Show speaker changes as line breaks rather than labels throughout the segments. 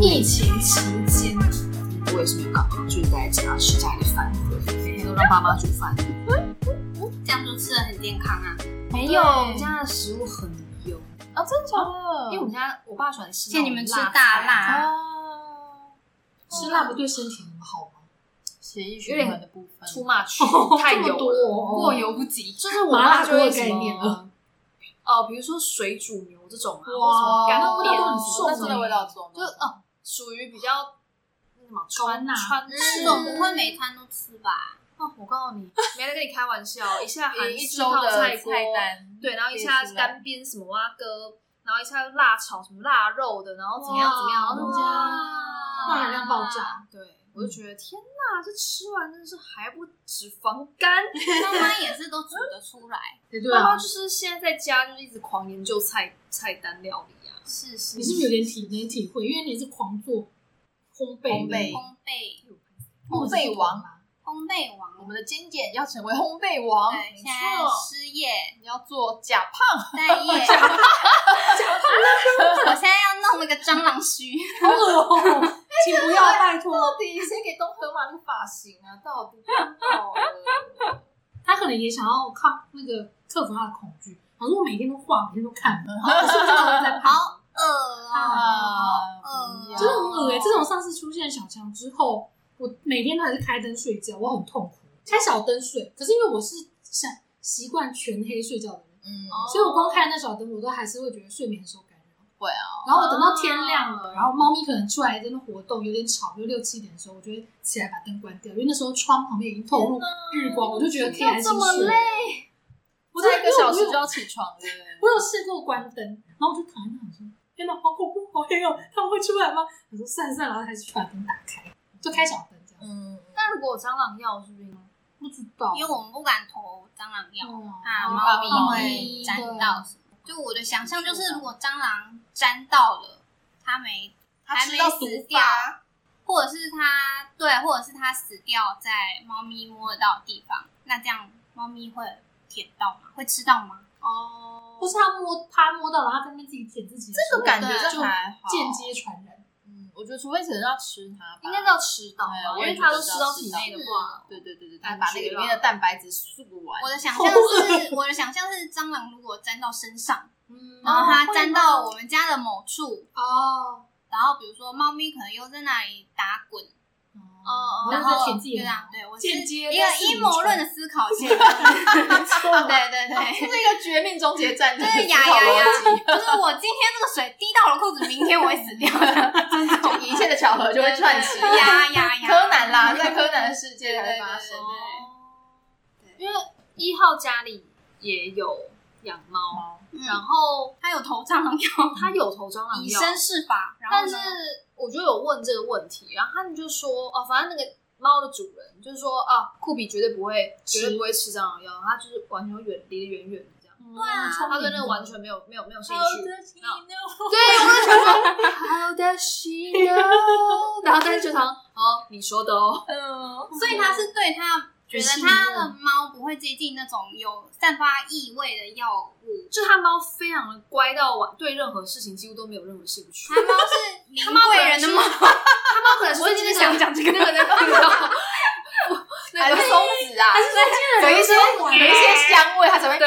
疫情期间，我也是没有干嘛，就是在家吃家里饭，每天都让爸妈煮饭，
这样就吃的很健康啊。
没有，我们家的食物很油，
哦，真的假的？
因为我们家我爸喜欢吃，
像你们吃大辣
哦，
吃辣不对身体很好吗？
血液循环的部分，
出哦马 去太
太
油
油
了，
过犹不及。
就是我
麻
妈
辣
就会
锅的
什
概
么
念了。
哦，比如说水煮牛这种啊，或什么干
感
那味道都
但
很
是
重
那
啊，
味道重吗，
就是哦，属于比较那什么川
辣
川
嗯，
式
总不会每餐都吃吧？
哦，我告诉你，没在跟你开玩笑，一下韩
一一
式
周
泡
的
菜
菜
锅，
单，
对，然后一下
列出来
干煸什么蛙哥，然后一下辣炒什么腊肉的，然后怎么样
哇
怎么样，然后加，
哇
钠含量爆炸，
对我就
嗯
觉得天哪，这吃完真的是还不脂肪肝。
妈妈也是都煮得出来。
对对
妈妈
啊，
就是现在在家就是一直狂研究菜菜单料理啊，
是是
你是不是有点体能体会？因为你是狂做烘焙
烘焙
的，
烘焙
烘焙王，
烘焙王？
我们的经典要成为烘焙王，
对，
没
现在
错，
失业
你要做假胖，
待业。我现在要弄那个蟑螂须，
哎请不要拜托，
到底谁给东河马那个发型啊？到底好 了，
他可能也想要抗那个克服他的恐惧。他说我每天都画，每天都看，我是不是都在胖？
好饿哦，
啊
嗯
真的很恶哎、自从上次出现小强之后，我每天都还是开灯睡觉，我很痛苦。开小灯睡，可是因为我是想习惯全黑睡觉的人，
嗯，
所以我光开那小灯，我都还是会觉得睡眠很受干扰。
会啊，
然后我等到天亮了，然后猫咪可能出来在那活动，有点吵，就六七点的时候，我就会起来把灯关掉，因为那时候窗旁边已经透露日光，我就觉得可以安心睡。我真
再
的
一个小时
因为
就
我
要起床了。
我有试过关灯，然后我就躺在那里说：“天哪，好恐怖，好黑哦，他们会出来吗？”我说：“算了算了，然后还是去把灯打开，就开小灯这样。
嗯，
那如果有蟑螂药是不是应该？”
不知道，
因为我们不敢投蟑螂药，
哦
怕
嗯
猫咪会沾到什么。就我的想象就是，如果蟑螂沾到了，它没还没死掉，或者是它对，或者是它死掉在猫咪摸得到的地方，那这样猫咪会舔到吗？会吃到吗？
哦，
不是他摸他摸到，然后他在那边自己舔自己的
这
手，
个感觉
对
就还好，
间接传染。
嗯，我觉得除非只是要吃它吧，
应该叫吃到
哎呀
吧，
我
因
也
为
觉
它
得
都
是
吃
要
到
吃
体
到
内的
是
话，
对对对对，
感
把
觉
那个里面的蛋白质素完
我。的想象是，我的想象是蟑螂如果沾到身上，
嗯
然后它沾到我们家的某处，
哦，
然后比如说猫咪可能又在那里打滚，
哦
然
然
后
后舔自己
对
的
啊
毛，，
对我是
间接
一
的
个
是
阴
遗
谋
传
论的思考现象，对对
这是一
对，
个绝命终结战，
就是 呀呀呀， 就是我今天这个水滴到了裤子，明天我会死掉的，
就一切的巧合 就会串起。
呀呀呀，
柯 南啦，在柯南的世界才
对对
会发生。
对，因为一号家里也有养猫，
猫
对，
然
嗯，
后
他有头蟑螂药，
它有啊投蟑螂
以
药，
身试法，然后
但
呢
是我就有问这个问题，然后他们就说哦，反正那个猫的主人就是说啊，酷比绝对不会，绝对不会吃蟑螂药，它就是完全远离得远远的这样，嗯哦
对啊
它对那个完全没有没有没有兴趣。How does she know？然后但是就常哦，你说的哦，
嗯，
所以他是对他觉
觉
得
得
他
他
的
的
猫不会接近那种有散发异味的药物，
就它猫非常的乖到晚，对任何事情几乎都没有任何兴趣
他。猫是林贵人的猫，
它猫可能是
我一直想
讲这个那 个那个那个，
还是松子啊，
是
有一些有一些香味，它才 会
对，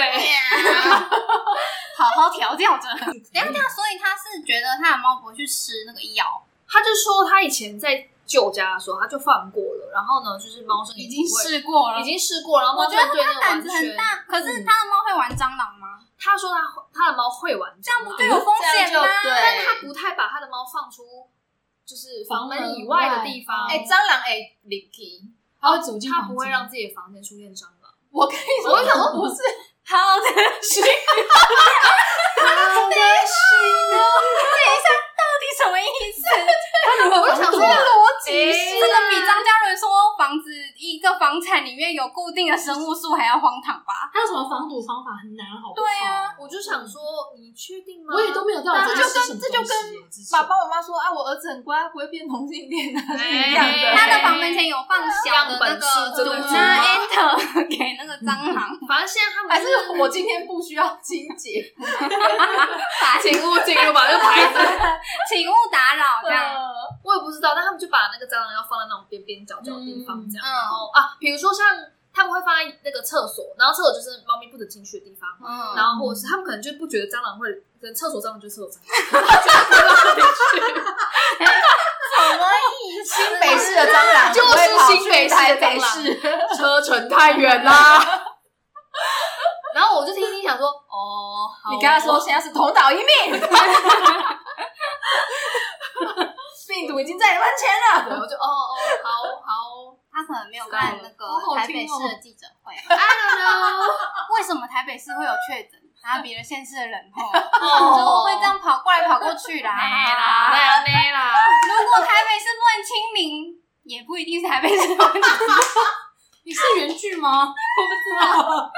好好调教着。等一下，等一下，所以他是觉得他的猫不会去吃那个药，
他就说他以前在旧家的时候，他就放过了，然后呢，就是猫生
已经试过了
已。经试过，然后
我
猫
觉
生
得
对那个
它胆
完
子很
全，
大，可是他的猫会玩蟑螂 吗？
他说他他的猫会玩蟑螂，
就有风险
这样
吗
就？
但是
对。
他不太把他的猫放出就是房门以外的地
房
方，
门
哎，
外
蟑螂哎，林奇，
它会走进
他
房
不会
间
让自己的房间出现蟑螂。
我跟你说，我想说不是，
好的，到底什么意思？
我就想说，
逻
哎
这个比张嘉伦说房子一个房产里面有固定的生物数还要荒唐吧？
他有什么防堵方法很难，好不好？
对啊，
我就想说，你确定吗？
我也都没有到
那
底
这就
是什
跟
么
这就
东西
跟
耶之前
爸爸妈妈说啊，我儿子很乖，不会变同性恋啊，是一样
哎
的。
他的房门前有放小的那个啊哎
真
毒
的
呢
是吗
enter 给那个蟑螂，
反正现在他们
还是我今天不需要清洁，
把
请勿进入吧，这个牌子。
请勿打扰这样。
嗯
我也不知道，但他们就把那个蟑螂药放在那种边边角角的地方，
嗯
这样。然
嗯
后啊，比如说像他们会放在那个厕所，然后厕所就是猫咪不能进去的地方，
嗯，
然后或者是他们可能就不觉得蟑螂会，可能厕所蟑螂就厕所蟑螂，就
什么意思？
新北市的蟑 螂
就是
不会跑去
新北市的
台北
蟑 螂
市，啊
车程太远啦。然后我就听听想说，哦，好
你跟他说
哦
现在是同岛一命，病毒已经在你面前
对，
了。
我就哦哦，好好
他可能没有看那
好
个
好
台
听
北
哦
市的记者会，
，I
为什么台北市会有确诊？然后别的县市的人吼，
don't
就
know，
会这样跑过来跑过去啦。
没啦，没啦，没啦。
如果台北市不能清零，也不一定是台北市不能清零。
你是原剧吗？我不知道，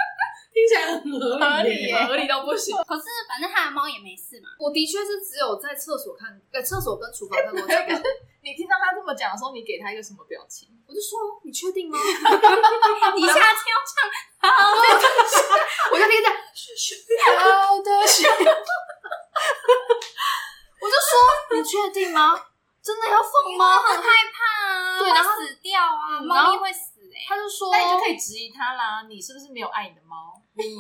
听起来很合理耶。
啊
合理到不行。
可是反正他的猫也没事嘛，
我的确是只有在厕所看，呃，厕所跟厨房看过蟑螂。
你听到他这么讲的时候，你给他一个什么表情？
我就说你确定吗？
你下次要唱
我就听着，
啊
好的，
我就说你确定吗？真的要放吗？
很害怕啊，
对然后
会死掉啊，
嗯然
猫
后
咪会死哎、
他就说，
那你就可以质疑他啦，你是不是没有爱你的猫？你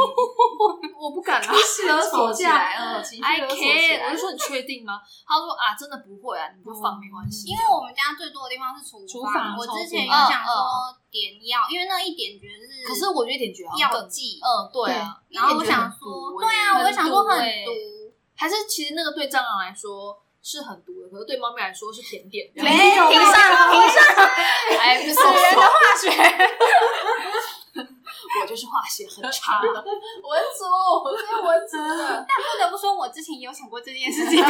我不敢啊。
是勒索起来，嗯，情绪
I
勒索起
can，我
来
就。说你确定吗？ 他说啊，真的不会啊，你就放没关系。
因为我们家最多的地方是厨
厨房
我
超
之前有
多的
想
嗯
说点药，因为那一点觉得是，
可是我觉得点绝好像
药
更，
剂，
嗯，对啊。
然后我
一点觉得
想
很毒
说，
欸
对啊，我就想说很
很欸毒
毒，
还是其实那个对蟑螂来说是很毒的，可是对猫咪来说是甜 点。
没有
听上听上，
哎，不是
人的
我，
化学，
我就是化学很差。
文竹，我是文竹的，
不得不说，我之前也有想过这件 事情。对，啊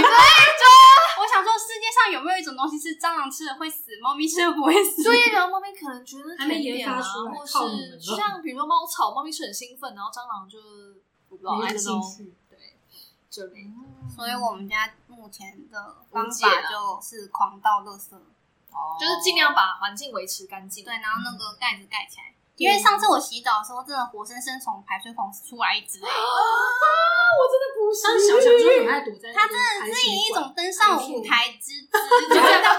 我想说，世界上有没有一种东西是蟑螂吃了会死，猫咪吃了不会死？
所以，然后猫咪可能觉得
还没
甜
研
点
发
啊
出来
或
靠你
是
们
就
了
像比如说猫草，猫咪是很兴奋，然后蟑螂就是我不知道，
没
爱
有
情
兴趣。
对这类的。
所以我们家目前的方
无解
法
了
就是狂倒垃圾，
哦
就是尽量把环境维持干净。
对，然后那个盖子盖起来。因为上次我洗澡的时候，真的活生生从排水孔出来一只、欸，
不是
但是小小就很爱躲在
它
那
真
个
的是
排水
以一
管
种登上舞台之姿，就这样，啊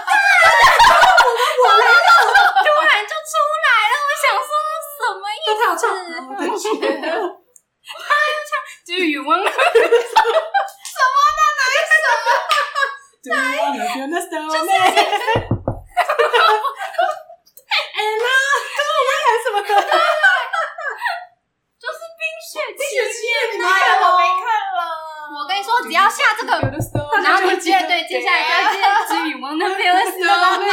突然就出来了。我想说什么意
他有
思？
唱，对不起
就是语文
，Do you wanna be on the stomach？
就是冰雪
冰
奇
雪
缘
奇缘你们看哦了没看了？
我跟你说，只要下这个，
个
然后你接着对接下来就要接子羽王那边的死了呗。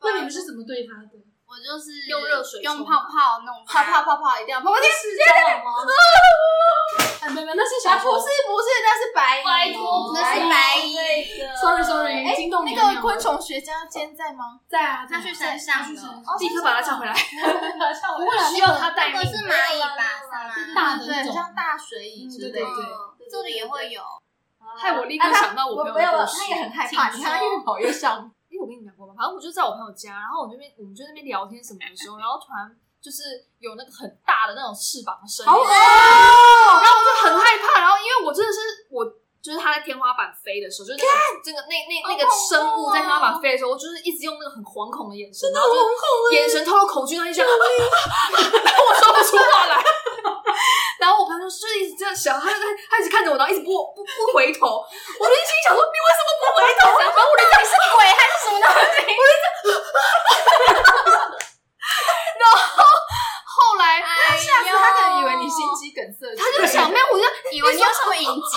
那你们是怎么对他的？
我就是
用热水
用
冲
泡泡弄
泡
它
泡，泡泡一定要泡泡，那是蟑螂吗？
哎，没有没有，那是
啊，
小
不是不是，那是白蚁，
拜托
那是白蚁
，sorry sorry，惊动
那
你
个昆虫学家今天在吗？
在啊，
它去山上了。
哦
立刻把它叫回来。
不
会啦
需要它待
那个
命
是蚂蚁吧？
对
是吗？
大的那
对，
种
像大水蚁
嗯
之类
对对
的。
嗯这里也会有。
害我立刻想到哎我朋友
没有
的
了，
故事
他也很害怕，你
请
看他
说
越跑越上。
因为我跟你讲过嘛，反正我就在我朋友家，然后我这边我们就在那边聊天什么的时候，然后突然就是有那个很大的那种翅膀的声音，
好
然后
恶
我就很害怕，然后因为我真的是我。就是它在天花板飞的时候，就是那个这个那那那个生物在天花板飞的时候，我就是一直用那个很惶恐的啊眼神，然后就是眼神透露恐惧，然后一直这样，我说不出话 来。然后我朋友就是一直这样想，他就在他一直看着我，然后一直不不不回头。我就心里想说，你为什么不回头？ 然后我就
你是鬼还是什么东 西？
后来
下次他可能以为你心肌梗塞，
他就想，没有，我就
以为你有什么隐疾？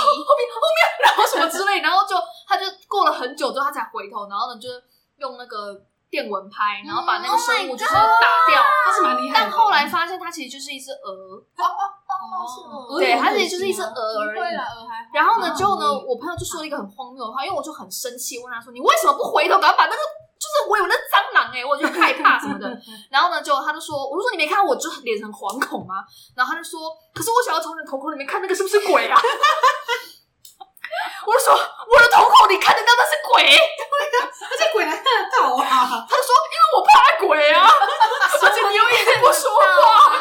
然后什么之类，然后就他就过了很久之后，他才回头，然后呢，就是用那个电蚊拍，然后把那个生物就是打掉。
他是蛮厉害的。
，Oh 但后来发现，它其实就是一只鹅，
鹅
对，
有
它其
东
实就
西
是一只
吗
鹅而
会
已
了。，鹅还好
然后呢，
嗯
结果呢，我朋友就说了一个很荒谬的话，因为我就很生气，问他说：“你为什么不回头，赶快把那个就是我有那蟑螂哎、欸，我就很害怕什么的。”然后呢，结果他就说：“我就说你没看到我就是脸很惶恐吗？”然后他就说：“可是我想要从你的瞳孔里面看那个是不是鬼 啊？”我就说：“我的瞳孔你看得到那是鬼，因
而且鬼来看得到啊，
为我怕鬼啊！”而且你又一直不说话，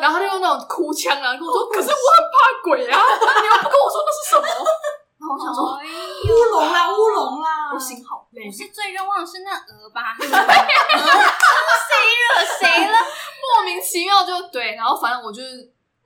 然后他就用那种哭腔然后跟我说：“可是我很怕鬼啊！”你又不跟我说那是什么。然后我想说，
乌龙啦乌龙啦，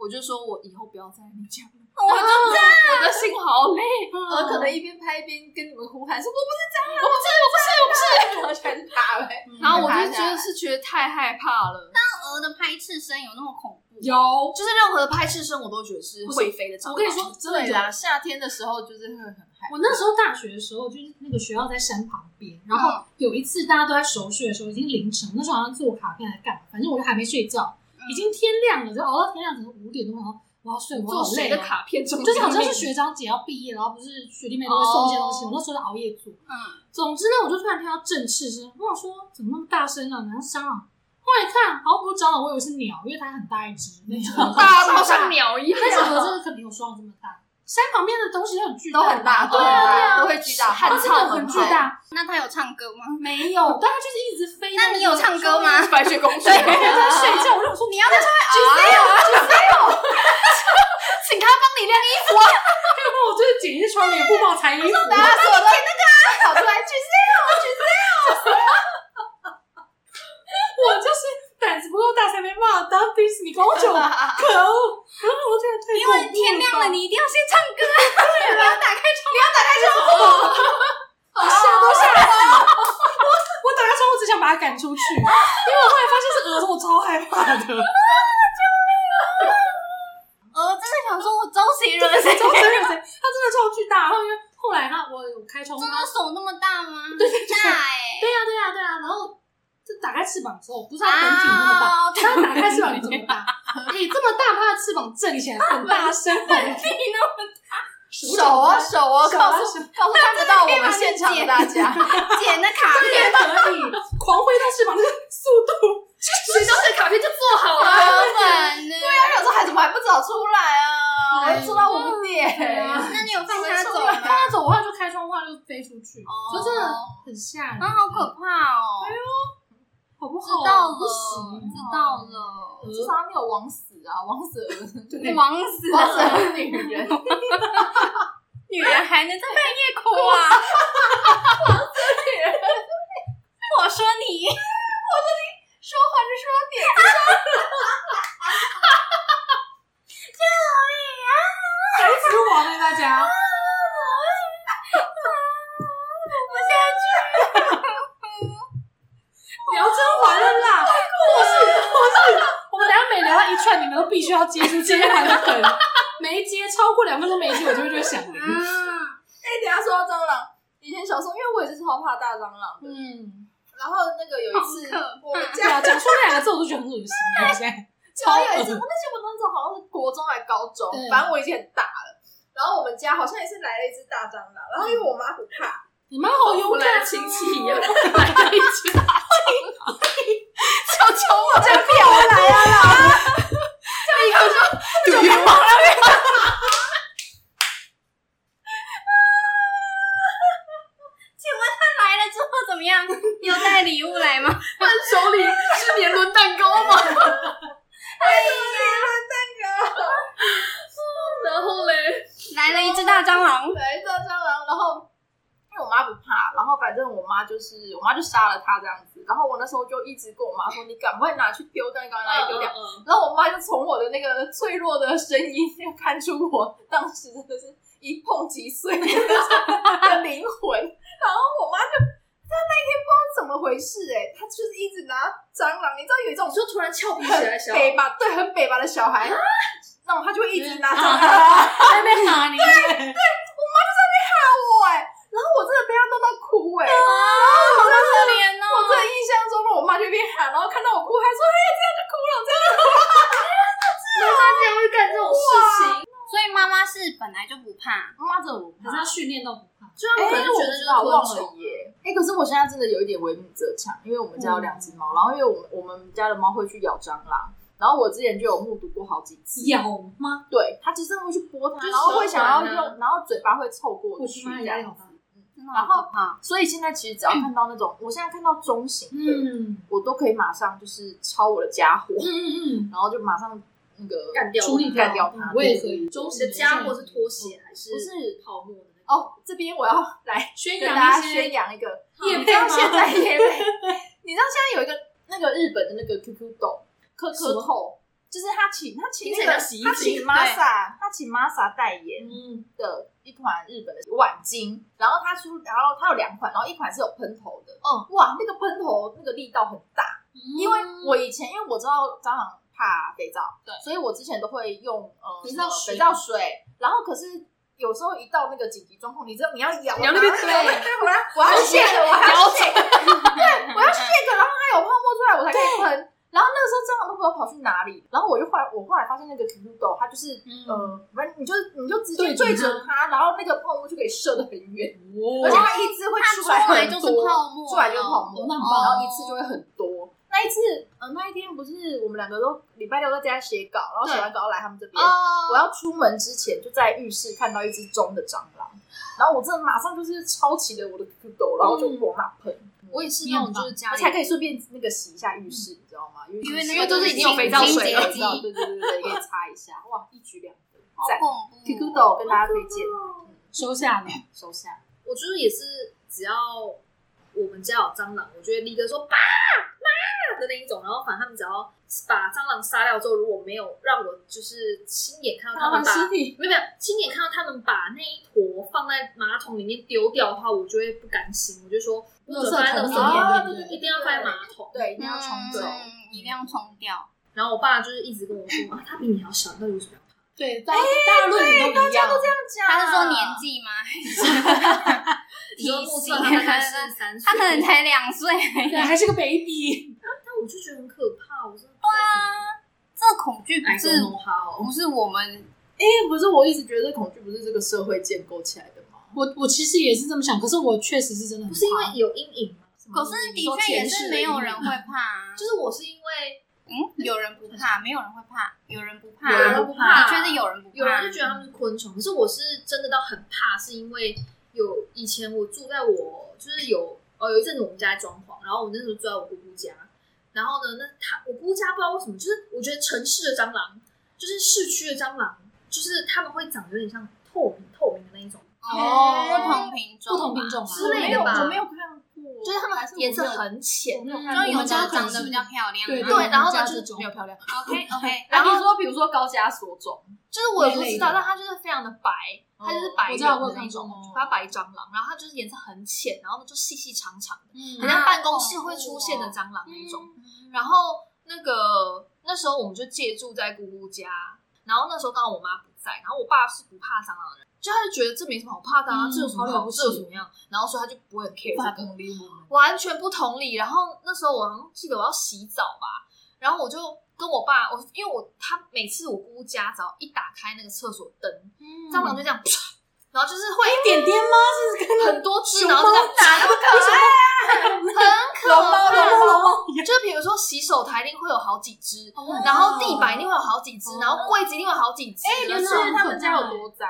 我就说我以后不要再跟你讲了，
哦
我就
我的心好累。
我哦呃可能一边拍一边跟你们呼喊说：“我啊不是蟑螂，我不是，我不是，我不是！”我全打了。
然后我就觉得是觉得太害怕了，
鹅的拍翅声有那么恐怖？
有，
就是任何拍翅声我都觉得是会飞的蟑螂。
我跟你说，真的
哦对
有。
啊
啦，夏天的时候就是会很害怕。
我那时候大学的时候，就是那个学校在山旁边，然
嗯
后有一次大家都在熟睡的时候，已经凌晨，那时候好像做卡片还干嘛，反正我就还没睡觉，
嗯
已经天亮了，就熬到天亮，可能五点多，然后我要睡，我
做
好
谁
累
的
哦。
卡片？
就是好像是学长姐要毕业，然后不是学弟妹都会送一些
哦
东西，我那时候在熬夜做。
嗯，
总之呢，我就突然听到振翅声，我想说怎么那么大声呢、啊？难道是蟑螂？后来看好像不是蟑螂，我以为是鸟，因为它很大一只，那种
大 到像鸟一样，
但是我这个可能有双这么大。山旁边的东西都很巨
都
大，
很大，
对
都很
啊
大，
对
都
啊，
会巨大，
哦很
它
大
真的很巨大。
那他有唱歌吗？
没有，但它就是一直飞。
那你有唱歌吗？
白雪公主。
对，
啊
它在睡觉。我就说你要在
请他帮你晾衣
吹吗？我就是捡一些窗帘布帮我裁衣服。
大家说的那个跑出来去
我就是胆子不够大，才没办法当迪士尼公 主。可恶！然后我真的退
因为天亮了，你一定要先唱歌，不要打开窗，
吓都吓死我！我打开窗户只想把它赶出 去，因为我后来发现是蛾子，我超害怕
啊
的。
我真的想说，我周杰伦
真的
谁？
超真人，它真的超巨大。然后因为后来呢，我有开窗户，
真
对呀
的手那么大吗？对对大哎，
对啊呀对呀，然后就打开翅膀之后，不是它本体那么大，它打开翅膀怎么大？你这么大，它的翅膀震起来很大声，本体
世，
那
手
么
啊
大，
手啊，
手
告
啊
诉告诉看不到我们现 场的大家，
捡的卡片，
可以狂挥动翅膀，这个速度。
服，学校的卡片就做好
好
了。
烦呢。
他想说孩子们还不早出来啊，还做到五点。
那你有放他走
看
吗？
它走的话，就开窗户它就飞出去，
哦
就真的很吓人，
啊，好可怕哦！
好不好？
知道了，
不行，
知道了。
至少他没有枉死啊，枉死儿子，
对
王子
枉死儿子女人，
女人还能在半夜哭啊！我说你，
说话就说点，
孩子王哎，大 家。聊真完了啦！我是我是，我们等一下每聊到一串，你们都必须要接住接下来的 梗，没接超过两分钟没接，我就会就会想你。
嗯，
哎，等一下说到蟑螂，以前小时候，因为我也是超怕大蟑螂的。
嗯，
然后那个有一次
好可，
我们
对
家
啊，讲出那两个字我都觉得很恶心。我现在
然后有一次，我那些我那时候好像是国中还国中
对，
反正我已经很大了。然后我们家好像也是来了一只大蟑螂，然后因为我妈不怕，
你妈
我
好勇
来的
敢哦，
亲戚一样，
小球我这边
就冤枉了。
请问他来了之后怎么样？有带礼物来吗？
手里是年轮蛋糕吗？然后嘞，
来了一只大蟑螂，
来一只大蟑螂， 然后因为我妈不怕，然后反正我妈就是我妈就杀了它这样子。然后我那时候就一直跟我妈说：“你赶快拿去丢掉，你赶快拿去丢掉。”然后我妈就从我的那个脆弱的声音，就看出我当时真的是一碰即碎的的灵魂。然后我妈就，她那一天不知道怎么回事、哎，她就是一直拿蟑螂，你知道有一种
就突然俏皮起来，
很
小
北吧，对，很北吧的小孩，那种她就会一直拿蟑螂
啊，还没打你，
我、哎，然后我真的被她弄到哭、哎、
好可怜哦！
我真的印象中，我妈就一边喊，然后看到我哭，还说，哎、这样就哭了，这样
竟然会干这种事情，
所以妈妈是本来就不怕，
妈这我
可是他训练到不怕。
就让我
哎
们觉得就是
我忘
昆
了
虫。
耶。哎、可是我现在真的有一点为母则强，因为我们家有两只猫，然后因为我们我们家的猫会去咬蟑螂，然后我之前就有目睹过好几次，
咬吗？
对，它就真的会去拨它，
就是啊
然后会想要
手
用，然后嘴巴会凑过
我
去
去妈
这
也
样。
咬吧。
真的好可怕。
所以现在其实只要看到那种，
嗯
我现在看到中型的，
嗯
我都可以马上就是抄我的家伙，
嗯嗯
然后就马上那个
干掉
处理
干掉它
嗯。我也可以。中
你的家伙是拖鞋还是
不是
泡沫的那个？
哦，这边我要来
宣
给大
扬
家
一些
宣扬一个，
嗯
业
嗯你
配
知道现
吗？
在 也被，你知道现在有一个那个日本的那个 QQ 豆可可
什么
豆，就是他请他请那
听起
个
来像洗衣机
他请 Masa 他请 Masa 代言的一款日本的碗巾，然后他出然后他有两款，然后一款是有喷头的，
嗯，
哇，那个喷头那个力道很大，因为我以前因为我知道蟑螂怕肥皂，
对
所以我之前都会用呃
肥
什
皂
么
水
肥皂水，然后可是有时候一到那个紧急状况，你知道你要咬，
你要那边
对，
推
我要我要卸了，我要卸，对，我要卸个，然后它有泡沫出来，我才可以喷。然后那个时候蟑螂都不知道跑去哪里，然后我就后来我后来发现那个 Q 豆，它就是、
嗯
呃，反正你就你就直接
对准
对准它，然后那个泡沫就可以射得很远，而且
哇，
它一只会
它
出
出
来
来
很
就是
多
泡沫，哦
出来就是泡沫，
那很
然
棒，
后一次就会很多。那一次，呃，那一天不是我们两个都礼拜六在家写稿，然后写完稿来他们这边，
哦，
我要出门之前就在浴室看到一只中的蟑螂，然后我真的马上就是抄起了我的裤兜，然后就往那喷，
我也是那种就是家
而
里
且还可以顺便那个洗一下浴室，你知道吗？因
因为那
因为
个
都是已经有肥皂水了
对对对对对，可以擦一下，哇，一举两得，
好
赞！
恐怖
Q Q 豆跟大家推荐，
收下了，
收下。
我就是也是，只要我们家有蟑螂，我就会立刻说爸妈的那一种。然后反正他们只要把蟑螂杀掉之后，如果没有让我就是亲眼看到他们把
尸体，
没有没有亲眼看到他们把那一坨放在马桶里面丢掉的话，我就会不甘心，我就说不准放在垃
垃圾
里
桶
圾
面
桶，
对对对
一定要放在马桶。
对，一定要冲走。
嗯一定要冲掉。
然后我爸就是一直跟我说啊，他比你还要小，到底有什么？
对，大大论你都一样，
他是说年纪吗？
你说目测他大 概是三岁，
他可能才两岁，
对，还是个 baby，
但我就觉得很可怕，我真的
啊
这恐惧不
对
是
他哦。
不是我们
哎，不是，我一直觉得恐惧不是这个社会建构起来的吗？
我我其实也是这么想，可是我确实是真的很
不是因为
怕
有阴影吗？
可是的确也是没有人会怕啊，
就是我是因为
嗯，有人不怕，没有人会怕，有人不怕，
有人不怕
的确是有人不怕，
有人就觉得他们是昆虫，可是我是真的到很怕，是因为有以前我住在我就是有哦有一阵子我们家在装潢，然后我那时候住在我姑姑家，然后呢那他我姑姑家不知道为什么，就是我觉得城市的蟑螂，就是市区的蟑螂，就是他们会长得有点像透明透明的那一种，
哦，不同品种
不
吧，
同品种嘛，
之类的吧
我没有看过，
就是他们颜色很
我
浅，
没有看过，
就有
我
的
们家
长
可
得
能
比
是
较漂亮啊，
对
对，然
我们
后呢
家
就
这
是
种
没有漂亮，
，OK OK，
然后
你说比如说高加索种，
就是我也不知
那
道，
类的
但它就是非常的白，
哦
它就是白
我
人
知道我
的
有
那
看
种
过，
把它白蟑螂，然后它就是颜色很浅，然后呢就细细长长的，
嗯
很像办公室会出现的蟑
嗯
螂那种。然后那个那时候我们就借住在姑姑家，然后那时候刚好我妈不在，然后我爸是不怕蟑螂的人，就他就觉得这没什么好怕的啊，
嗯
这有什么
好了
好，
不起
这有什么样，然后所以他就不会很 care 这个
同理我们。
完全不同理。然后那时候我好像记得我要洗澡吧，然后我就跟我爸，我因为我他每次我姑姑家只要一打开那个厕所灯，蟑螂就这样，啪然后就是会
点点吗？是跟
很多只，
熊
然后就这样
猫
打，
啊 龙猫
对
龙猫龙猫，
哦就是比如说洗手台一定会有好几只，
哦
然后地板一定会有好几只
哦，
然后柜子一定会有好几只，
哎，
就
就是是他们家有多脏，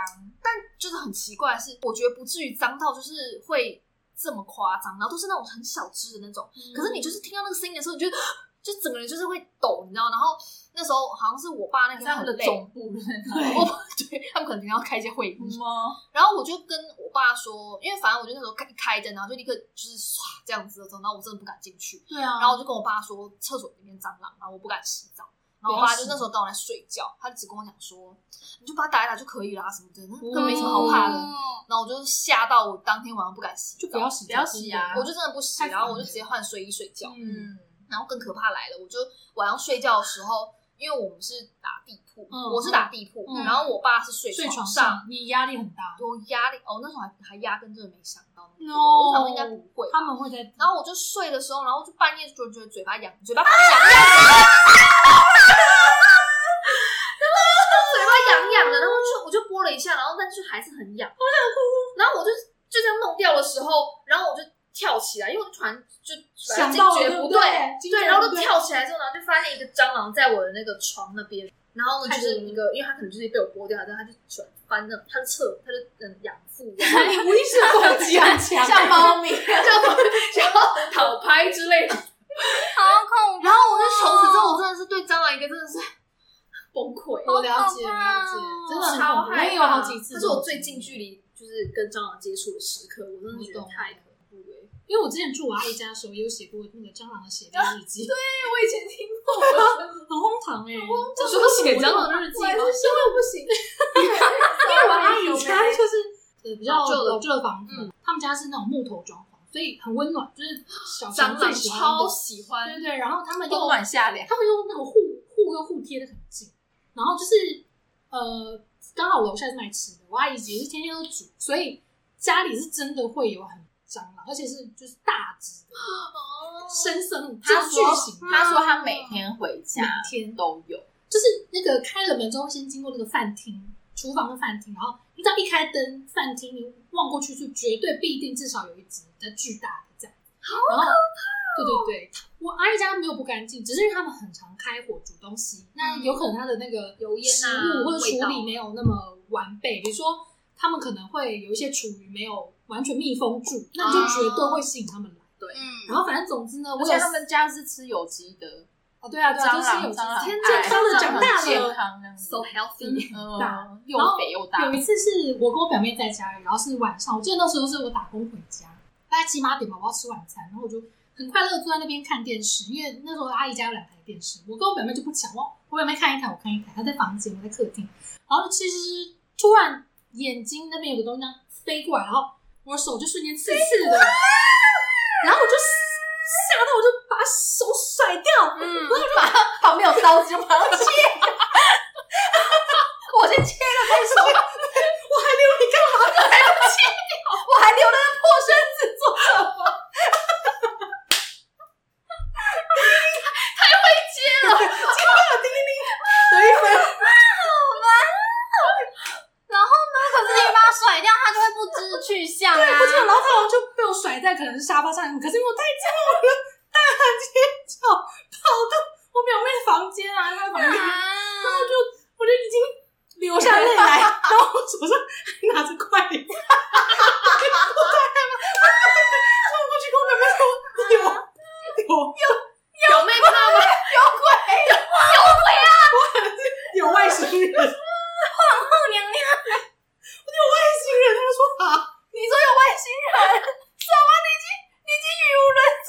就是很奇怪的是，我觉得不至于脏到就是会这么夸张，然后都是那种很小只的那
嗯
种。可是你就是听到那个声音的时候，你就 就整个人就是会抖，你知道？然后那时候好像是我爸那
这
天
样
很
的
累，
总部
我 对他们可能要开一些会议，
吗？
然后我就跟我爸说，因为反正我就那时候开开灯，然后就立刻就是唰这样子的时候，然后我真的不敢进去，
对啊，
然后我就跟我爸说厕所里面蟑螂，然后我不敢洗澡。然后我爸就那时候刚好在睡觉，他就只跟我讲说，你就把它打一打就可以啦，什么的，那根本没什么好怕的。
哦
然后我就吓到我当天晚上不敢洗澡，
就不要洗，
不要洗啊
我就真的不洗，
太烦
然后我就直接换睡衣睡觉。
嗯，
然后更可怕来了，我就晚上睡觉的时候，因为我们是打地铺，
嗯
我是打地铺，
嗯
然后我爸是睡
睡床
上，
上你压力很大
有压力哦，那时候还还压根真的没想到那么多
，no，
我想说应该不会吧。
他们会在，
然后我就睡的时候，然后就半夜就觉得嘴巴痒，嘴巴痒痒的，然后
啊
嘴巴痒痒的，然后就我就拨了一下，然后但是还是很痒，我想哭。然后我就就这样弄掉的时候，然后我就跳起来，因为我突然就
想
惊
到了
觉
对不
不
对惊觉
对，然后
不
就
对
跳起来之后，然后就发现一个蟑螂在我的那个床那边，然后呢就是一个，因为它可能就是被我拨掉，然后它就喜欢翻那种，它就侧，它就嗯仰 腹，然
无
后
意识攻击很强，
像猫咪，
然后讨拍之类的。
好恐怖，
然后我就从此之后，我真的是对蟑螂一个真的是崩溃，
我了解
好可
了
怕
解，
哦
真的很
超
恐怖。
害怕。
我也有好几次
这是我最近距离就是跟蟑螂接触的时刻，我真的觉得
我懂
太恐怖了。啊
因为我之前住我阿姨家的时候，也有写过那个蟑螂的血泪日记，对，
我以前听过，
很荒唐哎、欸，
这
就是
写这样的
日记
我还是
吗？
希望不行，
因为我阿姨
有
家就是呃比较
老旧的嗯
老旧的房子，他们家是那种木头装潢，所以很温暖，就是小
蟑
强
螂
最喜欢的
超。喜欢，
对对对，然后他们用
冬暖夏凉，
他们用那个户户跟户贴的很近，然后就是呃，刚好楼下是卖吃的，我阿姨也是天天都煮，所以家里是真的会有很蟑螂，而且是就是大只的，深色
他
巨
说
型的，
他说他每天回
每
家
天
都有，
就是那个开了门之后，先经过那个饭厅、厨房跟饭厅，然后你只要一开灯，饭厅你望过去就绝对必定至少有一只比较巨大的这样。好可怕、对对对，我阿姨家没有不干净，只是因为他们很常开火煮东西，那有可能他的那个
油烟
食
啊
物或者处
味道
理没有那么完备，比如说他们可能会有一些厨余没有完全密封住，那就绝对会吸引他们来。
嗯，
然后反正总之呢，我
而
有
啊
且他们家是吃有机的，
哦对啊对啊，
蟑
就是
螂
有
蟑螂，
天
哎
真
他们长大了
健康那样子
so healthy，
大
嗯，又
然后
肥又大
有，一次是我跟我表妹在家里，然后是晚上，我记得那时候是我打工回家，大概七八点吧，我要吃晚餐，然后我就很快乐地坐在那边看电视，因为那时候阿姨家有两台电视，我跟我表妹就不抢，我我表妹看一台，我看一台，她在房间，我在客厅，然后其实突然眼睛那边有个东西这样飞过来，然后我的手就瞬间刺刺的，然后我就吓到，我就把手甩掉，
嗯，
旁边有刀子，马上切，我先切了再 说，
我还没有你干嘛？
我还留了那破身子做什么？
可是你把它甩掉，它就会不知去向啊。
我记得，然后他好像就被我甩在可能是沙发上，可是因为我太激动，我就大喊尖叫，跑到我表妹房间啊，她的房间，然
啊
后就我就已经流下泪来，然后我手上还拿着筷子，我太害怕，冲过去跟我表妹说有有
表妹不知道吗？
有外星人，皇后娘娘，我有外星人，她说啊，
你说有外星人？什么？你已经你已经语无伦次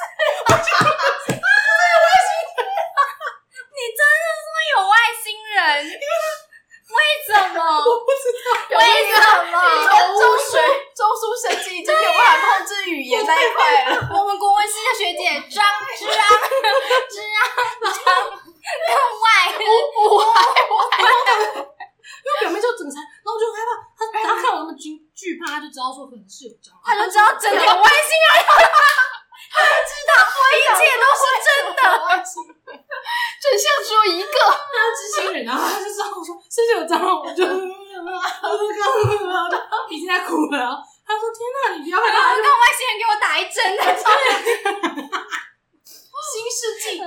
你真的说有外星人？为什么？
我不知道，
了。为什
你
么
跟
周叔周叔神经已经没有办法控制语言那一块了。
我们国文系的学姐张之昂，之昂张更外，
因为我表妹就整个，然后我就很害怕，她她看我那么惧惧怕，她就知道说可能是有蟑螂。
哎他就知道整个外星人，他就知道一切都是真的。
真相只有一个，
知心人，然后他就知道我说是不是有蟑 螂，我就我就刚，然后就已经在哭了。然后他说：“天哪，你不要害怕！”
我让外星人给我打一针的，
新世纪。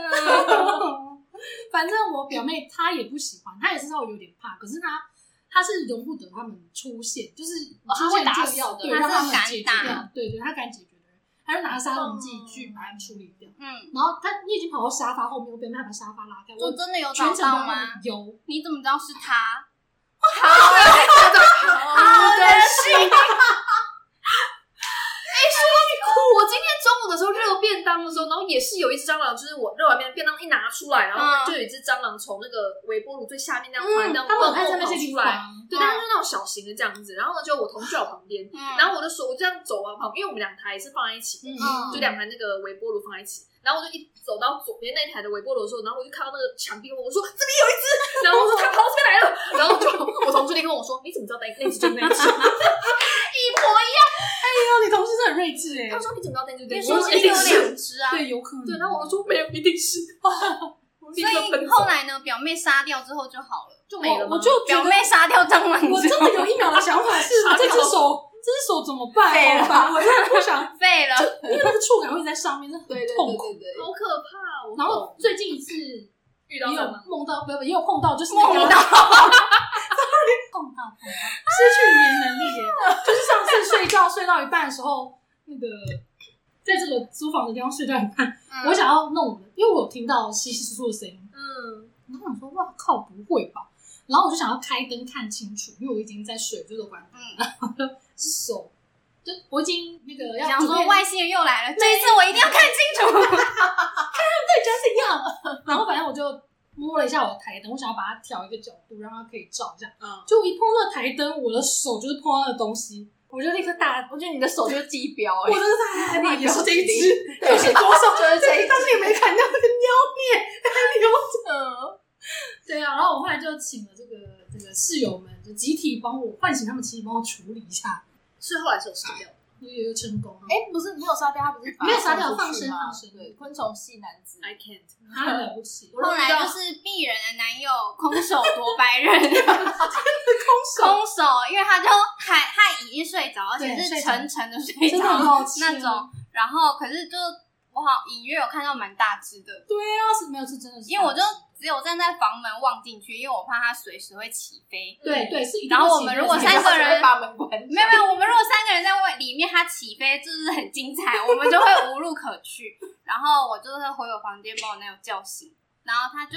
反正我表妹她也不喜欢，她也是稍微有点怕，可是她她是容不得他们出现，就是
哦她
出
会
现
打
就
死
要
的
对，
她
让
是
他们
敢
解决
打
掉，对对，她敢解决的人，她就拿杀虫剂去把它们处理掉。
嗯，
然后她你已经跑到沙发后面，我表妹还把沙发拉开，
我
我
真的有
全
找
程帮
到
她
吗？
们游
你怎么知道是他？
好的哎是。 哎，说到我今天中午的时候热便当的时候，然后也是有一只蟑螂，就是我热完便便当一拿出来，然后就有一只蟑螂从那个微波炉最下面那样窜，这样
嗯他们很
蹦
爱在
蹦
那
跑
些啊地
出来。
方，
对，但是就那种小型的这样子。然后呢，就我同事在我旁边，
嗯
然后我就手我这样走往旁边，因为我们两台是放在一起的，
嗯
就两台那个微波炉放在一起。然后我就一走到左边那一台的微波炉的时候，然后我就看到那个墙壁，我说这边有一只，然后我说它跑到这边来了，然后就我同事就跟我说，你怎么知道那那只就是那只？
对啊，你同事真的很睿智哎
他说你怎么知道那只
你
就是那只？
说
说
一定有两只啊，
对，有可能。
对，然后我说没有，一定是。所
所以后来呢，表妹杀掉之后就好了。
就没了吗
我我就觉
表
得
妹杀掉蟑螂之后，
我真的有一秒的想法是
傻掉，
这只手，这只手怎么办？
废了
好烦我真的不想，
废了。
因为那个触感会在上面，真的
对对
很
对
痛苦。
对对，
好可怕哦！
然后最近一次也
遇到
有
蟑螂，
梦到，不不也有碰到，就是
梦到
到碰到碰到失去语言能 力耶，就是上次睡觉睡到一半的时候，那个在这个租房的地方睡到一半，我想要弄，因为我有听到稀稀疏疏的声音，
嗯，
然后我想说，哇靠，不会吧？然后我就想要开灯看清楚，因为我已经在水就是玩，
嗯
然后手就我已经那个要
想
准
说
备
外星人又来了，这一次我一定要看清楚。
对，觉得怎样？ 然后反正我就摸了一下我的台灯，我想要把它调一个角度，让它可以照一下。
嗯，
就我一碰到台灯，我的手就是碰到那个东西，我就立刻大，
我觉得你的手就是地标
我
哎、
真
欸，
的是太害怕，
你
也是这
表情
一只， 又是左手
就是这一只
但是也没砍掉那个尿面，还留
嗯，
对啊，然后我后来就请了这个这个室友们，就集体帮我唤醒他们，集体帮我处理一下，
所以后来是有删掉的。
也有成功。
哎、不是没有杀掉，他不是
没有杀掉
把它送出去
放生
吗
放生
对，昆虫系男子，
I can't，
他很了不起，
我
后来就是鄙人的男友空手夺白刃，空手，因为他就还他已经睡着，而且
对
是
睡着
沉沉的睡
真的很
着
好奇哦
那种。然后可是就我好隐约有看到蛮大只的，
对啊，是没有是真的是，
因为我就只有站在房门望进去，因为我怕它随时会起飞。
对对是一定
然后
要
我
请
们
的
如果
请
三
的
个人
把门关上，
没有没有，我们如果三个人在外里面，它起飞就是很精彩，我们就会无路可去。 然后我就是回我房间把我男友叫醒，然后他就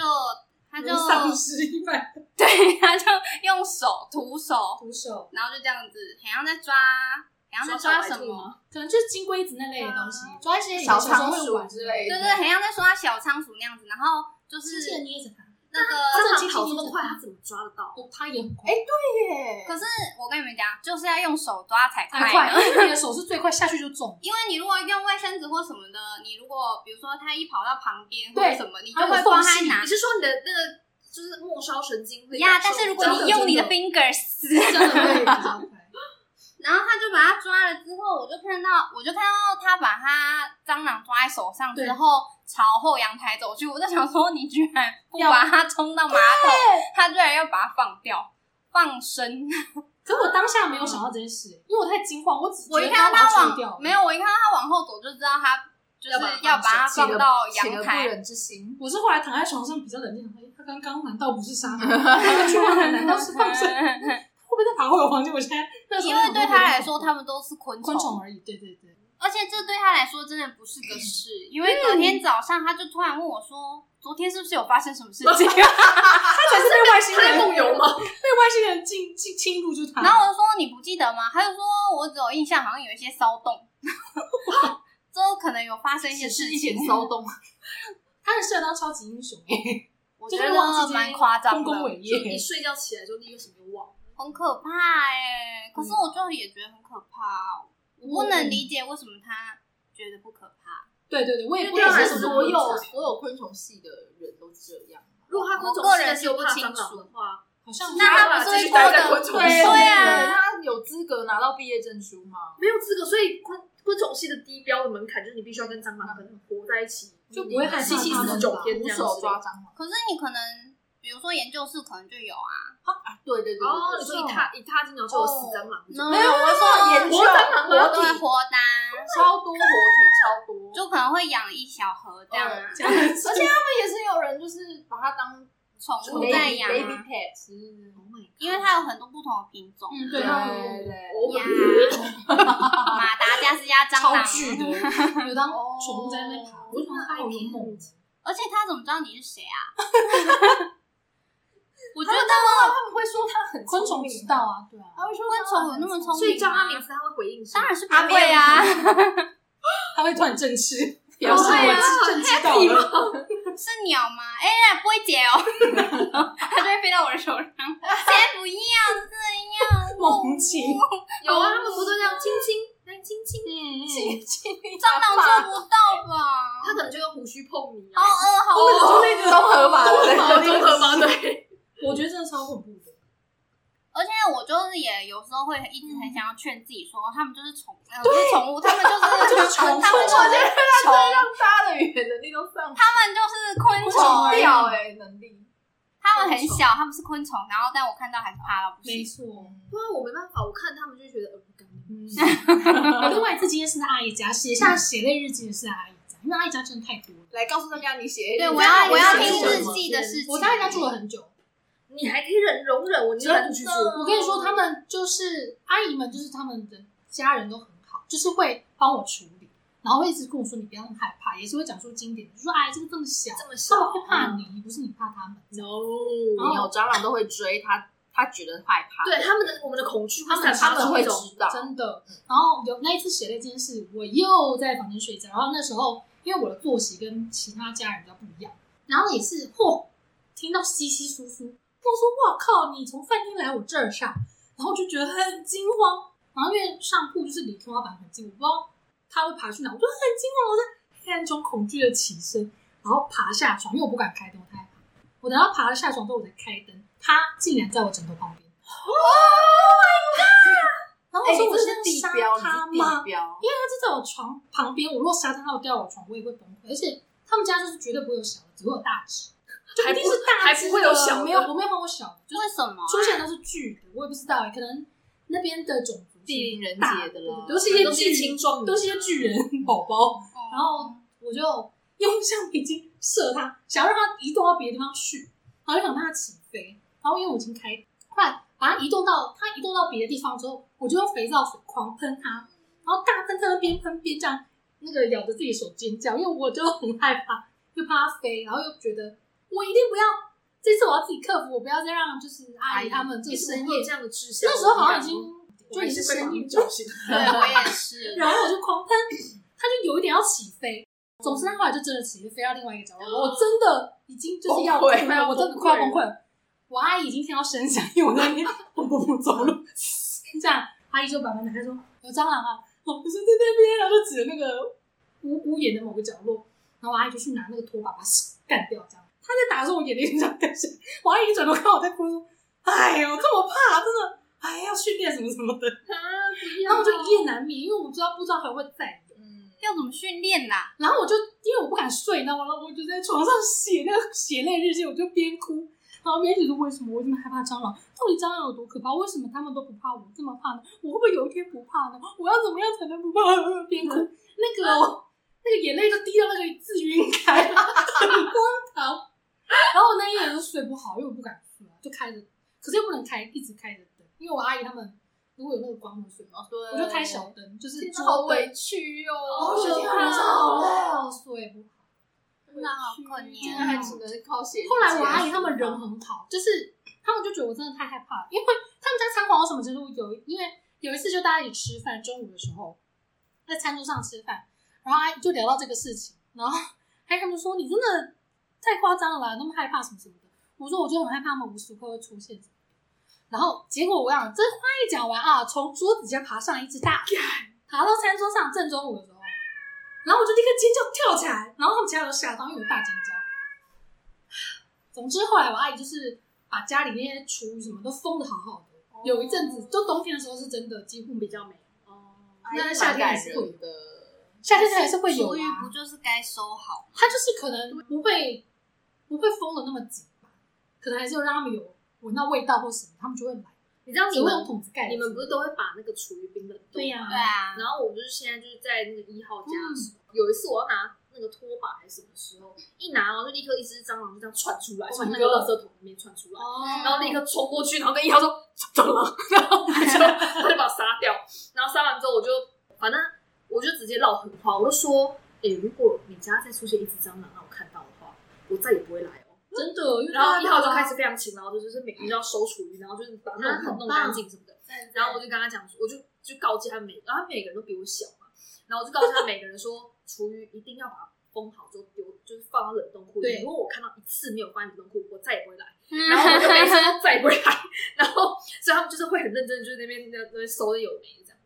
他就
如丧 尸一般
对，他就用手徒手，
徒手。
然后就这样子，好像在抓，好像在抓什么，
可能就是金龟子那类
啊
的东西，抓一些你
小
小时候
仓
会
鼠
玩
之类
对
的，
对，好像在抓小仓鼠那样子。然后就
机
是
器人捏着它，
那
他
个，
这跑这么快，他怎么抓得到？
哦，它也很
哎
快，
耶，
可是我跟你们讲，就是要用手抓才
太
快
快，
呢
因为哎你的手是最快，下去就中。
因为你如果用卫生纸或什么的，你如果比如说它一跑到旁边或
对
者什么，你就
它
会
会
帮
缝
它
隙
拿
你是说你的那个就是末梢神经会
呀。
感受
但是如果
到
真
你
的
用你的
真的
fingers，
真的会比较快，
然后他就把它抓了之后，我就看到我就看到他把它蟑螂抓在手上之
对
后，朝后阳台走去。我在想说，你居然不把 它冲到马桶，他居然要把它放掉。放生，
可我当下没有想到这件事，因为我太惊慌，我只
我
觉
一
得
看
它
到它
把它除掉
往，没有，我一看到它往后走就知道它就是要把它放到
起
阳
了
台
不，忍之心，
我是后来躺在床上比较冷静，想说，哎，他刚刚难道不是杀他？那个去往南难道是放生？ 会不会再爬回我房间？我现在那时候
因为对他来说，
他
他们都是昆
昆虫而已。对对对，
而且这对他来说真的不是个事，因为隔天早上他就突然问我说：“昨天是不是有发生什么事情
他才是被外星
他在
人
梦游吗？
被外星人进进侵入，就是？”他。
然后我就说：“你不记得吗？”他就说：“我只有印象，好像有一些骚动， 之后可能有发生一些
只
事
是一
情
点。 骚动，
他很适合当超级英雄，”
我
就
觉
是忘
得
记
蛮夸张
丰功
的，
伟
就你
业。欸
睡觉起来就立刻什么都忘了。
很可怕哎、可是我就也觉得很可怕、哦我不能理解为什么他觉得不可怕。
对对对，我也不
因为
懂
当然
为什么
所有
会这样
所有昆虫系的人都这样，
如果他昆虫
我个
系
人
的
是
是有
不
怕
清
蟑
楚
螂的话，
好像
那他不
不
是会
是
过
会过
得
得
对
对
啊
对，他有资格拿到毕业证书吗？
没有资格。所以昆昆虫系的低标的门槛就是你必须要跟蟑螂可能活在一起，
就不会害怕
七七
它们
四十
吧
九天
徒
这样子
手抓。蟑螂，
可是你可能，比如说研究室可能就有啊。
啊对对对，
哦，你说哦一踏一踏进然后就有死蟑螂，
没
啊
有，我说
研究
活蟑螂
活
吗
对活的啊，
超多活体，超多，
就可能会养一小盒这样啊，
嗯而且他们也是有人就是把它当
宠物
baby
在养
baby 嗯
啊，
pet，是
因为它有很多不同的品种。
嗯，
对
对，它有
对对，
我
呀，马达加斯加蟑
超
螂，啊
巨的， 有当宠物在那边爬，我就想它好勇猛，
而且它怎么知道你是谁啊？我觉
他
得
们他们他们会说它很
昆
聪
虫
明
知道，啊，对啊，
他会说
昆虫有那么聪明吗
所以叫它名字，它会回应什么。
当然是不会啊，
它会突然正吃，
表示
对
我
啊
是
正吃到了，
是鸟吗？哎、呀，不会解哦，它就会飞到我的手上。才不要这样，
猛禽，
有啊，他们不是这样亲亲，来亲亲，
嗯，
蟑螂做不到吧？
它可能就用胡须碰你
好
啊，
饿，好饿。
哦，那个
综合吧
综合
综合吗？对。
我觉得真的超恐怖的，
而且我就是也有时候会一直很想要劝自己说，他们就是宠，呃不是宠物，他们就是
就是虫
他们就是
虫我觉
虫，
杀的语言能力都上
他们就是嗯昆
跑
虫，
掉哎，能力。
他们很小，他们是昆虫，然后但我看到还是怕到不
没
行。
错。
对啊，我没办法，我看他们就觉得呃不干净。
嗯， 我另外一次经验是在阿姨家，写下血泪日记的是在阿姨家，因为阿姨家真的太多了。
来告诉大家你写
对，
你
我
在哪
要
里
我要听
写什
日
么
记的事情。
我在阿姨家住了很久，
你还可以忍容忍，我就很拒绝。
我跟你说，他们就是阿姨们，就是他们的家人都很好，就是会帮我处理，然后会一直跟我说你不要那么害怕，也是会讲出经典，就说哎这个这么小，
这
他
么
们
小
会怕你，不是你怕他们。
，no，
然后
没有蟑螂都会追它，它他觉得害怕。
对他们的我们的恐惧，
他们
才
他
发
们
出
会
一
知嗯
种
道
真的。然后有那一次血泪这件事，我又在房间睡觉。然后那时候因为我的作息跟其他家人比较不一样，然后也是嚯，听到稀稀疏疏，我说哇靠，你从饭厅来我这儿上，然后我就觉得很惊慌。然后因为上铺就是离天花板很近，我不知道他会爬去哪，我就很惊慌，我在黑暗中恐惧的起身，然后爬下床，因为我不敢开灯，我太害怕。我等到爬了下床之后，我才开灯，他竟然在我枕头旁 边。
Oh
然后我
哎，
说
你
我
这
在
是地
杀
标，你
他
是
吗
地？标
因。为他就在我床旁边，我如果杀他，他会掉我床，我也会崩溃。而且他们家就是绝对不会有小的，只会有大 只，就一定是大
还
只
不
的，
会有小的
没有我没有看过小的，就
为
是
什么啊？
出现的都是巨的，我也不知道、欸，可能那边的种族是
地灵人
大
杰的啦
对对对都是一些
都是一
巨
些青壮年
都是一些巨人宝宝。
哦
然后我就用橡皮筋射它，想要让它移动到别的地方去，然后就想让它起飞。然后因为我已经开，后来把它移动到它移动到别的地方之后，我就用肥皂水狂喷它，然后大喷特边喷边这样，那个咬着自己手尖叫，因为我就很害怕，又怕它飞，然后又觉得我一定不要，这次我要自己克服，我不要再让就是阿
哎
姨他们这
一
个
直
深
会有
夜
这，样的志向。
那时候好像已
我们
经就
我
已
也
经
是
是深夜
小心。
对我也是，
然后我就狂喷，它就有一点要起飞。总之，它后来就真的起飞，飞到另外一个角落。我真的已经就是要
崩溃
哦崩溃了，我真的快要崩溃了。我阿姨已经听到声响，因为我在 那边蹦蹦蹦走路， 这样阿姨就把门打开说：“有蟑螂啊！”我说：“在那边。”然后就指着那个屋屋檐的某个角落，然后我阿姨就去拿那个拖把把它干掉，这样。她在打的时候，我眼泪就这样掉下来。我阿姨一转头看我在哭，说：“哎呦，这么怕，真的，哎，要训练什么什么的。”然后我就一夜难眠，因为我不知道不知道还会再有。
嗯，
要怎么训练啦？
然后我就因为我不敢睡，你知道吗？然后我就在床上写那个血泪日记，我就边哭，然后边写说为什么我这么害怕蟑螂？到底蟑螂有多可怕？为什么他们都不怕我这么怕呢？我会不会有一天不怕呢？我要怎么样才能不怕？边哭，那个那个眼泪就滴到那个字晕开，很荒唐。然后我那一夜就睡不好，因为我不敢睡，就开着，可是又不能开，一直开着灯，因为我阿姨他们如果有那个光会睡不着，
对，
我就开小灯，就是
天哪，
桌
好
灯
委屈哦，
哦，我觉得晚上好累哦，睡不好。
真的好可
现
怜
在还
哦。
只能靠写日记。
后来我阿姨他们人很好，就是他们就觉得我真的太害怕了，因为他们家餐馆有什么程度有，因为有一次就大家一起吃饭，中午的时候在餐桌上吃饭，然后阿姨就聊到这个事情，然后阿姨他们就说你真的太夸张了啦，那么害怕什么什么的。我说我就很害怕他们无时无刻会出现什么的。然后结果我想这话一讲完啊，从桌底下爬上一只大，爬到餐桌上正中午的时候，然后我就立刻尖叫跳起来，然后他们其他人都吓到，因为我大尖叫。总之后来我阿姨就是把家里那些厨余什么都封的好好的，有一阵子就冬天的时候是真的几乎比较没有，
哎
那夏天还是会有
的。
夏天还是会有
厨余
啊
不。就是该收好吗？
它就是可能不会不会封的那么紧吧，可能还是有让他们有闻到味道或什么，他们就会来。
你知道
只
你
会用
们
桶子盖住。
你们不是都会把那个厨余冰冷冻？
对呀、
对啊，
然后我就是现在就是在那个一号家的时候，有一次我要拿那个拖把还是什么时候，一拿然后就立刻一只蟑螂就这样窜出来，
Oh
从
my
那个垃圾桶里面窜出来，
哦
然后立刻冲过去，然后跟一号说蟑螂，然后他就他就把我杀掉，然后杀完之后我就反正我就直接唠狠话，我就说，哎、如果你家再出现一只蟑螂让我看到的话，我再也不会来哦。
真的，因为
然
啊
后一号就开
始
始非常勤劳的，就是每天都要收厨余，然后就是把
啊
它
很
弄弄
棒
干净什么的。然后我就跟他讲说，我就就告诫他每，然后他每个人都比我小嘛，然后我就告诫他每个人说，厨余一定要把它封好之后丢，就是放到冷冻库里面。
对
如果我看到一次没有放冷冻库，我再也不会来。然后我就每次
嗯
都再也不会来。然后所以他们就是会很认真，就是那边那那边收的有没的这样，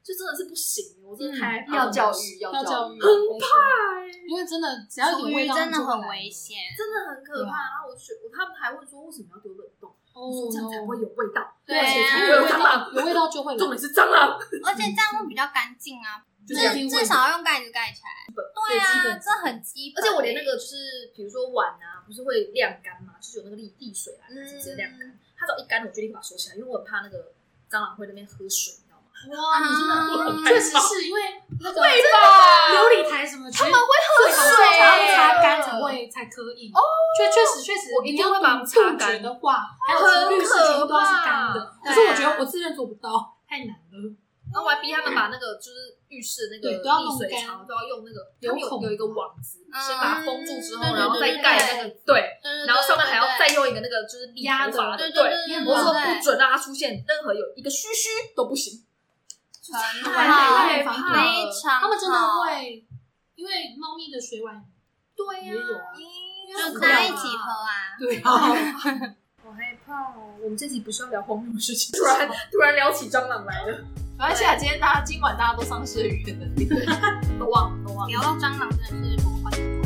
就真的是不行，欸我真的太害怕
要
了
教育，
要教
育，
育，啊很怕，欸因为真的只要有
厨
点味
余
道，
真的
他们就会
很
来
危。险。
真的很可
对
怕。
啊
然后我就觉得，他们还问说为什么要丢冷冻？
哦
我说这样才不会有味道，
对
而且
啊
才
因
不
为有
会有
味
蟑
道，
螂，
有味道就会来
重点是蟑螂。
而且这样会比较干净啊，
就
至
是一定会
至少用盖子盖起来。对
最基
啊，
本
这很基
而
本。
且我连那个就是，比如说碗啊，不是会晾干嘛，就是有那个沥沥水啊，
嗯
直接晾干。它只要一干，我就立刻把它收起来，因为我很怕那个蟑螂会在那边喝水，你知道吗？
哇，你真的
啊
确实是因为那个
吧
琉璃台什么，他们会喝
水
然后擦干才会才可以。哦，确确实确实，
我一定
你要
会把
懂
它擦
杜绝
干
的话，还有几率
很
是
可
全部都要是干
怕
的。
对
可是我
啊
觉得我自认做不到，太难了。
然后我还逼他们把那个就是浴室那个
对都要弄
沥水
干
槽都要用那个，
有
他们有
孔
有一个网子，
嗯
先把它封住之后，
对对对
然后再
对
盖那个对，
对对对
然后上面还要
对对
再用一个那个就是立
压
头发
着
对对
的
对
对
我
对
说
对
不准让它出现任何有一个须须都不行，
很
太
好
太防疫了，
非常好，
他们真的会，因为猫咪的水碗
对
也有啊，
就大家一起喝啊，
对啊，
好害怕哦！我们这集不是要聊荒谬的事情，突然突然聊起蟑螂来了，
没关系啊，今天大家今晚大家都丧失了语言能力，
都忘了都忘了。
聊到蟑螂真的是魔幻。